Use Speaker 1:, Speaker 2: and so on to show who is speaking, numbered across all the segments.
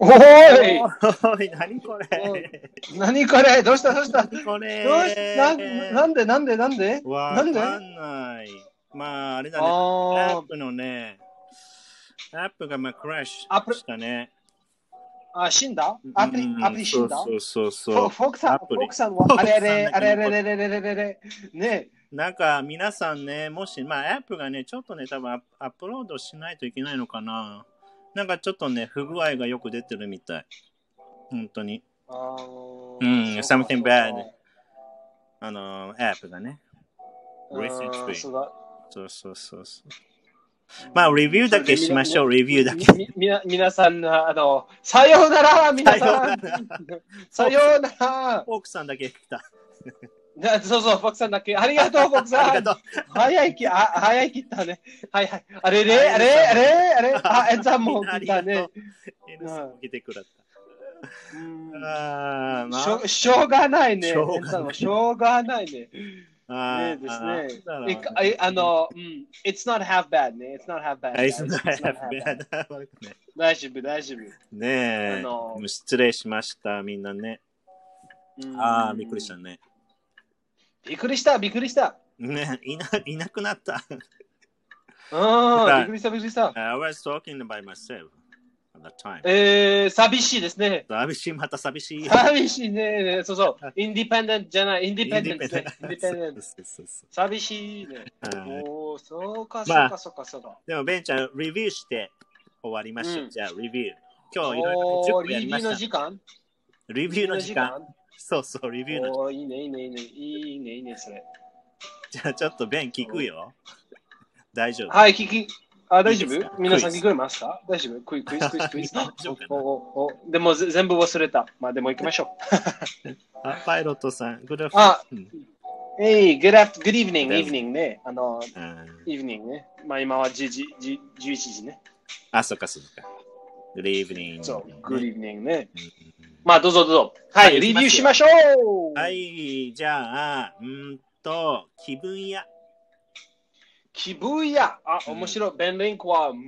Speaker 1: おーい
Speaker 2: おい、何これ
Speaker 1: 何これどうしたどうしたどう
Speaker 2: 何これ
Speaker 1: しななんでなんでなんで
Speaker 2: わ
Speaker 1: なんで
Speaker 2: かんない。まあ、あれだね。アッ
Speaker 1: あー
Speaker 2: プのね、アップがまあクラッシ
Speaker 1: アップ
Speaker 2: ュしたね。
Speaker 1: あ、死んだアプリ
Speaker 2: う、ん
Speaker 1: アプリ死んだ
Speaker 2: そうそうそう
Speaker 1: フォ
Speaker 2: そ
Speaker 1: フォークさん、
Speaker 2: ア
Speaker 1: フ
Speaker 2: プリ
Speaker 1: ォークさん
Speaker 2: フォ
Speaker 1: は、
Speaker 2: ー
Speaker 1: あ
Speaker 2: ク
Speaker 1: れ
Speaker 2: さ
Speaker 1: あれ、
Speaker 2: んだけ
Speaker 1: あれあれあれあれあれあれあれね
Speaker 2: う。なんか皆さんね、もし、まあアップがね、ちょっとね、多分アップアップロードしないといけないのかな。なんかちょっとね、不具合がよく出てるみたい。本当に。
Speaker 1: あ
Speaker 2: う
Speaker 1: ー
Speaker 2: ん
Speaker 1: そうか
Speaker 2: something
Speaker 1: そうか
Speaker 2: bad あの、アップがね。Recently
Speaker 1: うんそうだ
Speaker 2: そうそうそうそう。まあ、レビューだけしましょう、レビューだけ。
Speaker 1: みみな皆さん、あの、さようなら、皆さん。さようなら。
Speaker 2: 奥さんだけ来 た。
Speaker 1: なそうそう、フォックさんだっけ。ありがとう、フォック
Speaker 2: あ
Speaker 1: さ
Speaker 2: り
Speaker 1: ん。
Speaker 2: がと
Speaker 1: 早いき、あ早い切ったね。はいはい。あれれ、あれ、あれ、あれ、あ、えざ
Speaker 2: う。
Speaker 1: も
Speaker 2: あ
Speaker 1: 来
Speaker 2: り
Speaker 1: た
Speaker 2: がとう
Speaker 1: ね。。
Speaker 2: エルさんも来てくれた。
Speaker 1: うん
Speaker 2: あーまあ
Speaker 1: しょしょうがないね。
Speaker 2: し
Speaker 1: え
Speaker 2: ょうがない
Speaker 1: ざもしょうがないね。
Speaker 2: あ
Speaker 1: ね
Speaker 2: ー
Speaker 1: です
Speaker 2: あー
Speaker 1: ね
Speaker 2: だろう。
Speaker 1: いかあいあの、うん、It's not half bad ね。It's not half bad.
Speaker 2: あいつの
Speaker 1: guys.
Speaker 2: や
Speaker 1: It's not half
Speaker 2: べ
Speaker 1: bad.
Speaker 2: え悪くない
Speaker 1: 大丈夫、大丈夫。
Speaker 2: ね
Speaker 1: あ
Speaker 2: え、
Speaker 1: の
Speaker 2: 失礼しました、みんなね。
Speaker 1: うん
Speaker 2: ああ、びっくりした。ね。
Speaker 1: びっくりした、びっくりした。
Speaker 2: ねいな、いなくなった。
Speaker 1: うん、びっくりした、びっくりした。
Speaker 2: I was talking about myself at that time.
Speaker 1: えー、寂しいですね。
Speaker 2: 寂しい、また寂しい。
Speaker 1: 寂しいね。そうそう。インディペンデントじゃない、インディ ペンデントね。インディペンデント。
Speaker 2: そうそうそう
Speaker 1: 寂しいね。
Speaker 2: そうはい
Speaker 1: おー、そうか、そう
Speaker 2: ま
Speaker 1: か、
Speaker 2: あ
Speaker 1: そうか、そうか。
Speaker 2: でも、ベンちゃん、レビューして終わりましょう。
Speaker 1: うん
Speaker 2: じゃあ、レビュー。今日、いろいろ
Speaker 1: お
Speaker 2: 10
Speaker 1: ー、
Speaker 2: 分や
Speaker 1: リ
Speaker 2: り
Speaker 1: ビ
Speaker 2: ま
Speaker 1: ュー
Speaker 2: し
Speaker 1: の
Speaker 2: た。
Speaker 1: 時間
Speaker 2: レビューの時間。。そうそう、レビューの時間。
Speaker 1: おー、いいね、いいね、いいね、いいね、いいね、それ。
Speaker 2: じゃあ、ちょっと、ベン聞くよ。大丈夫。
Speaker 1: はい、聞き。あ、大丈
Speaker 2: いいですか
Speaker 1: 夫皆さん
Speaker 2: ク
Speaker 1: 聞
Speaker 2: イズ
Speaker 1: こえますか大丈夫クイズ、クイズ、クイズ、クイ ズ
Speaker 2: 大丈夫か。な
Speaker 1: おおおでもぜ全部忘れた。まあでも行きましょ
Speaker 2: あパイロットさん、グラフ
Speaker 1: あ
Speaker 2: うん
Speaker 1: う。えい、good after, good evening,
Speaker 2: 大丈夫
Speaker 1: evening ね。あの、
Speaker 2: あー
Speaker 1: evening ね。まあ今は10時、10 11時ね。
Speaker 2: あ、そっかそっか。Good evening.
Speaker 1: そう、good evening ね。
Speaker 2: うん
Speaker 1: まあどうぞどうぞ。は
Speaker 2: はい
Speaker 1: い、
Speaker 2: 行
Speaker 1: レ
Speaker 2: きま
Speaker 1: ビュー
Speaker 2: す
Speaker 1: し
Speaker 2: よ
Speaker 1: ましょう
Speaker 2: はい、じゃあ、うーんと、気分屋。
Speaker 1: 気分や。あ、
Speaker 2: うん
Speaker 1: 面白い。ベンリンクは、ム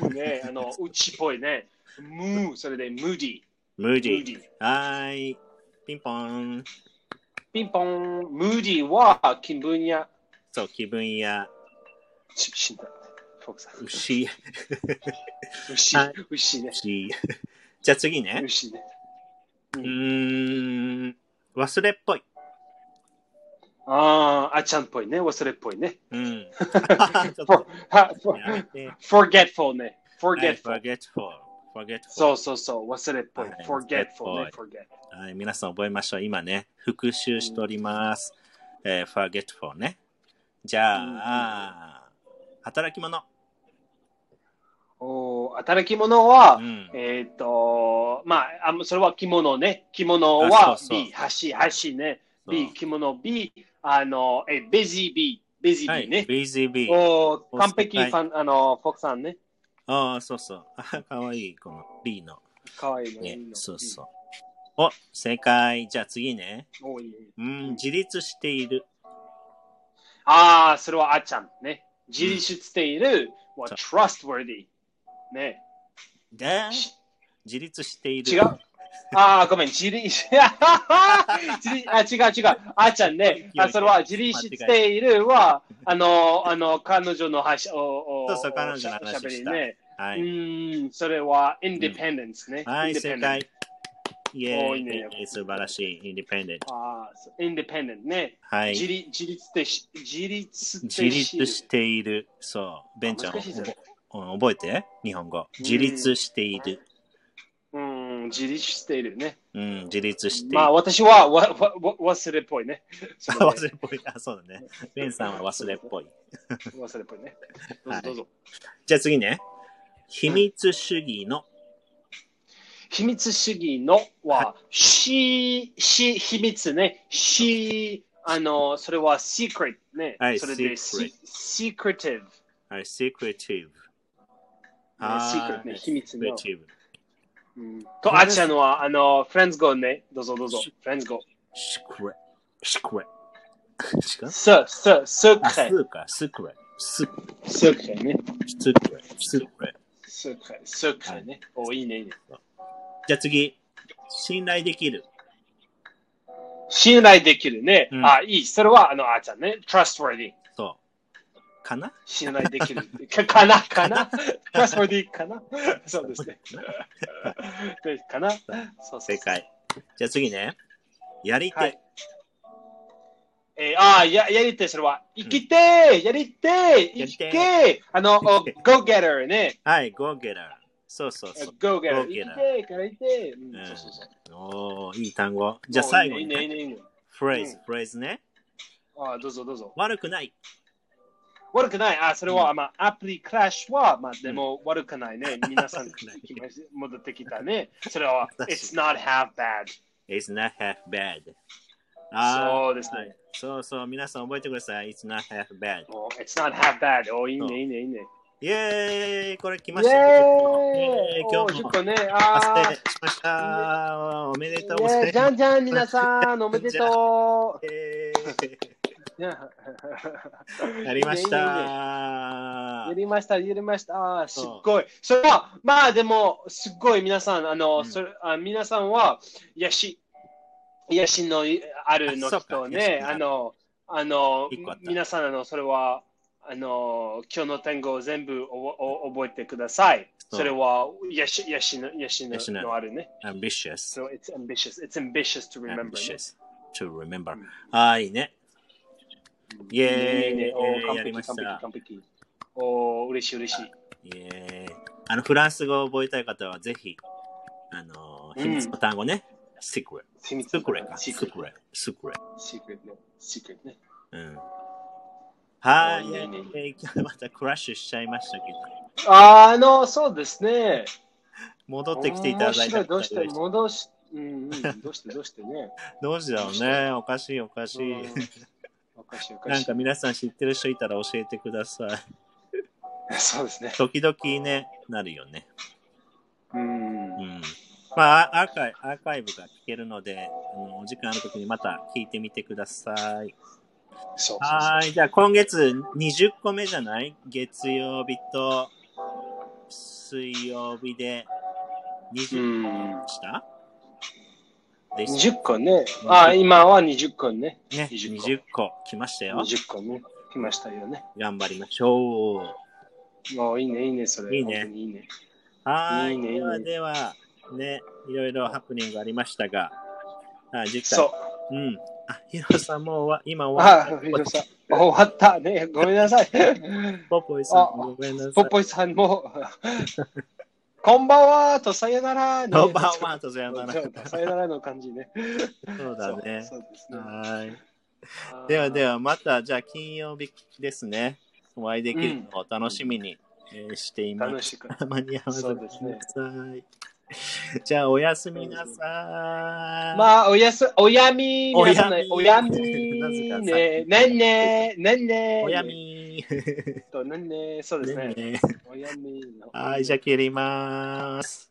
Speaker 1: ー ね。あの、うちっぽいね。ムー、それでムーディ。
Speaker 2: ムーディ
Speaker 1: ムーディ。
Speaker 2: はーい。ピンポン。
Speaker 1: ピンポン、ムーディは気分や。
Speaker 2: そう、気分屋。
Speaker 1: し死んだ。フォークさん。
Speaker 2: 牛。
Speaker 1: 牛、
Speaker 2: はい
Speaker 1: 牛ね。
Speaker 2: 牛。じゃあ次ね。
Speaker 1: 牛ね。
Speaker 2: うーん。忘れっぽい。
Speaker 1: ああ、あっちゃんっぽいね。忘れっぽいね。
Speaker 2: うん。 ちょ っと
Speaker 1: は
Speaker 2: やめて
Speaker 1: for- forgetful ね。
Speaker 2: はい
Speaker 1: forgetful。
Speaker 2: forgetful。forgetful。
Speaker 1: そうそうそう。忘れっぽい
Speaker 2: はい。
Speaker 1: forgetful ね。
Speaker 2: forgetful
Speaker 1: forget。
Speaker 2: はい、皆さん覚えましょう。今ね、復習しております。えー、forgetful ね。じゃあ、働き者。
Speaker 1: おー働き者は、
Speaker 2: うん。
Speaker 1: えっ、と、まあ、あのそれは着物ね。着物
Speaker 2: あ
Speaker 1: は
Speaker 2: そうそう
Speaker 1: B、橋、橋ね。
Speaker 2: そう
Speaker 1: B、着物 B、あの、え、busy B、busy
Speaker 2: は
Speaker 1: B ね
Speaker 2: い、。busy bee。
Speaker 1: おー完璧フ
Speaker 2: はい
Speaker 1: ァン、あの、フォークさんね。
Speaker 2: ああ、そう そう。あかわいい、この B の。
Speaker 1: かわいいの。い
Speaker 2: ね
Speaker 1: い、の
Speaker 2: そうそう。お、正解。じゃあ次ね。
Speaker 1: うんおーいいね
Speaker 2: うん、自立している。
Speaker 1: ああ、それはあっちゃんね。自立しているは
Speaker 2: そう
Speaker 1: trustworthy。ね。
Speaker 2: で、
Speaker 1: し
Speaker 2: 自立している。
Speaker 1: 違う。ああ、ごめん、自立。 自立あ違う違う。あっちゃんね。あそれは自立しているは、あの、あの、彼女の話を、お
Speaker 2: そうそう彼女の話
Speaker 1: おしゃべり
Speaker 2: した
Speaker 1: ね。
Speaker 2: は
Speaker 1: う
Speaker 2: い。
Speaker 1: ーん、それは independence ね。
Speaker 2: はい、正
Speaker 1: independent
Speaker 2: 解。イ
Speaker 1: お
Speaker 2: ェ
Speaker 1: ーいいね
Speaker 2: ーイ。素晴らしい。インディペンデント。
Speaker 1: ああ、そう independent ね。
Speaker 2: はい。
Speaker 1: 自立自立ってし、自立って
Speaker 2: 自立している。そう。ベンちゃん、
Speaker 1: 難しいぞ
Speaker 2: おぼ覚えて日本語。自立している。
Speaker 1: うーん、自立しているね。
Speaker 2: うん、自立している。
Speaker 1: まあ、私はわわわ忘れっぽいね。そのね
Speaker 2: 忘れっぽい。あ、そうだね。ベンさんは忘れっぽい。
Speaker 1: 忘れっぽいね。どうぞどうぞ。
Speaker 2: じゃあ次ね。秘密主義の。
Speaker 1: 秘密主義のは、し、し、秘密ね。し、あの、それは secret ね。
Speaker 2: はい
Speaker 1: それで、
Speaker 2: secret
Speaker 1: se- secretive。
Speaker 2: はい、secretive。
Speaker 1: secret ね秘密の
Speaker 2: secretive
Speaker 1: うんと、あちゃんは、あの、friends go ね。どうぞどうぞ。friends go。
Speaker 2: secret。secret。違
Speaker 1: す、
Speaker 2: う
Speaker 1: す、
Speaker 2: あ、す
Speaker 1: secret。
Speaker 2: か、secret。す
Speaker 1: secret ね。
Speaker 2: secret。secret。
Speaker 1: そうか、そうかね。お、いいね、いいね。
Speaker 2: じゃあ次。信頼できる。
Speaker 1: 信頼できるね。
Speaker 2: うん
Speaker 1: あ、いい。それは、あの、あーちゃんね。trustworthy。
Speaker 2: そう。かな
Speaker 1: 信頼でき る。かかなかな ?trustworthy かなそうです ね。でかなそうそうそう
Speaker 2: 正。解。じゃあ次ね。やり手。
Speaker 1: はいえー、ああ、や、やりてえ、それは。生きてえ、やりてえ、
Speaker 2: や
Speaker 1: 生
Speaker 2: り
Speaker 1: き
Speaker 2: て
Speaker 1: て
Speaker 2: え
Speaker 1: え。あ の、お go getter ね。
Speaker 2: はい、ゴーゲラー。そうそうそう。
Speaker 1: go getter。生
Speaker 2: go-getter
Speaker 1: きてえ、からいてえ。うん
Speaker 2: うん
Speaker 1: そうそうそう
Speaker 2: おーいい単語。じゃあ最後
Speaker 1: いい
Speaker 2: に、
Speaker 1: ね、いいね、いいね。
Speaker 2: フレー
Speaker 1: う
Speaker 2: ズ、
Speaker 1: ん
Speaker 2: フレーズね。
Speaker 1: ああ、どうぞどうぞ。
Speaker 2: 悪くない。
Speaker 1: 悪くない。あ、それは、まあ、アプリクラッシュは、まあ、でも悪くない ね。皆さん、戻ってきたね。それは、it's not half bad。
Speaker 2: It's not half bad. あ
Speaker 1: そうです
Speaker 2: ー、はい
Speaker 1: ね。
Speaker 2: そうそう、皆さん覚えてください。It's not half bad.
Speaker 1: お it's not half bad。お、いい
Speaker 2: そう
Speaker 1: ね、いいね、いいね。
Speaker 2: イェーイこれ来
Speaker 1: イ
Speaker 2: ましたね。イエーイ
Speaker 1: 今
Speaker 2: 今
Speaker 1: 日
Speaker 2: 日
Speaker 1: 10
Speaker 2: も
Speaker 1: 個ね。
Speaker 2: 達
Speaker 1: あ
Speaker 2: 成しました。おめでとうご
Speaker 1: あ、
Speaker 2: ざ
Speaker 1: イエーイ
Speaker 2: い
Speaker 1: じ
Speaker 2: ま
Speaker 1: ゃ
Speaker 2: す。
Speaker 1: んじゃん、皆 さん、おめでとう。
Speaker 2: え
Speaker 1: や
Speaker 2: ーやりまし
Speaker 1: いいねいいね
Speaker 2: た
Speaker 1: や。りました、やりました。あーす
Speaker 2: そ
Speaker 1: っ
Speaker 2: う
Speaker 1: ごい。それは、まあでも、すっごい皆さん、あの、
Speaker 2: うん
Speaker 1: それあ皆さんは、癒し、癒しのいあるの
Speaker 2: あそうか
Speaker 1: 人
Speaker 2: 癒し
Speaker 1: ね、
Speaker 2: のあ
Speaker 1: あ
Speaker 2: る
Speaker 1: の、あの
Speaker 2: 一個あっ、た
Speaker 1: 皆さん、あの、それは、あの、今日の単語を全部おお覚えてください。
Speaker 2: そ
Speaker 1: そうれは、癒し、癒しの、癒しの
Speaker 2: 癒しのある
Speaker 1: のあるね。
Speaker 2: ambitious.
Speaker 1: So it's ambitious. It's ambitious to remember. ね
Speaker 2: ambitious. To remember.
Speaker 1: うん
Speaker 2: ああ、いいね。
Speaker 1: うん
Speaker 2: イエーイ
Speaker 1: いいねお
Speaker 2: イエーイ
Speaker 1: 完
Speaker 2: やりま
Speaker 1: 璧、
Speaker 2: した
Speaker 1: 完璧、完璧。おー、嬉しい、嬉しい。
Speaker 2: イエーイあの、フランス語を覚えたい方は、ぜひ、あのー、
Speaker 1: う
Speaker 2: 秘
Speaker 1: ん
Speaker 2: 密の単語ね。secret.
Speaker 1: 秘密
Speaker 2: secret か。
Speaker 1: シークレット
Speaker 2: secret. secret.
Speaker 1: シークレットね。シークレットね。
Speaker 2: うん。はい
Speaker 1: いいねいいね。
Speaker 2: えー今日またクラッシュしちゃいましたけど、
Speaker 1: あの、そうですね。
Speaker 2: 戻ってきていただいた
Speaker 1: 面白いどうして
Speaker 2: 嬉しい
Speaker 1: 戻し、うんうん、どうしてどうして ね。
Speaker 2: どうしようね。おかしい、おかしい。
Speaker 1: おかしいおか
Speaker 2: なん
Speaker 1: し
Speaker 2: か皆さん知ってる人いたら教えてください。
Speaker 1: い。そうですね。
Speaker 2: 時々ね、なるよね。
Speaker 1: うん
Speaker 2: う。ん。まあ、アーカイアーカイブが聞けるので、あのお時間あるときにまた聞いてみてください。
Speaker 1: そうそうそう。
Speaker 2: はい。じゃあ今月20個目じゃない月曜日と水曜日で
Speaker 1: う
Speaker 2: 20
Speaker 1: ん
Speaker 2: 個。でした、でし
Speaker 1: 20個ね。あ、今は20個ね。
Speaker 2: たね。
Speaker 1: 20個
Speaker 2: 20個来ましたよ。
Speaker 1: 20個ね。来ましたよね。
Speaker 2: 頑張りましょう。
Speaker 1: もういいね、いいね、それ。
Speaker 2: いいね
Speaker 1: 本当にいいね。
Speaker 2: は
Speaker 1: い
Speaker 2: いい。
Speaker 1: いね
Speaker 2: ではでは、ね、いろいろハプニングありましたが、あ次回。
Speaker 1: そう。
Speaker 2: う。ん。あ、ヒロさんもう終わ今終わ
Speaker 1: あ
Speaker 2: っ、
Speaker 1: ひろさん。終わったね。ごめんなさい。
Speaker 2: ポポイさん、
Speaker 1: あ
Speaker 2: ごめんなさい。
Speaker 1: ポッポイさんも、こんばんはとさよならね。
Speaker 2: こんばんは、とさよなら。
Speaker 1: そ
Speaker 2: そう
Speaker 1: ださよならの感じね。
Speaker 2: うだね
Speaker 1: そ。うそうですね
Speaker 2: はい。ではで
Speaker 1: は。
Speaker 2: は、また、じゃあ金曜日ですね。お会いできるのを楽しみに、えーしていま
Speaker 1: 楽
Speaker 2: す。
Speaker 1: しく。
Speaker 2: 間に合わず
Speaker 1: そうですね
Speaker 2: ごめんなさい。じゃあ、おやすみなさい。
Speaker 1: まあ、おやす、おやみ、
Speaker 2: おやみ
Speaker 1: 皆さんねおやみ
Speaker 2: なぜかさ、
Speaker 1: ね、なんね、なんね、
Speaker 2: おやみ。
Speaker 1: と、なんね、そうですね。
Speaker 2: ね
Speaker 1: おやみ。
Speaker 2: はい、じゃあ切ります。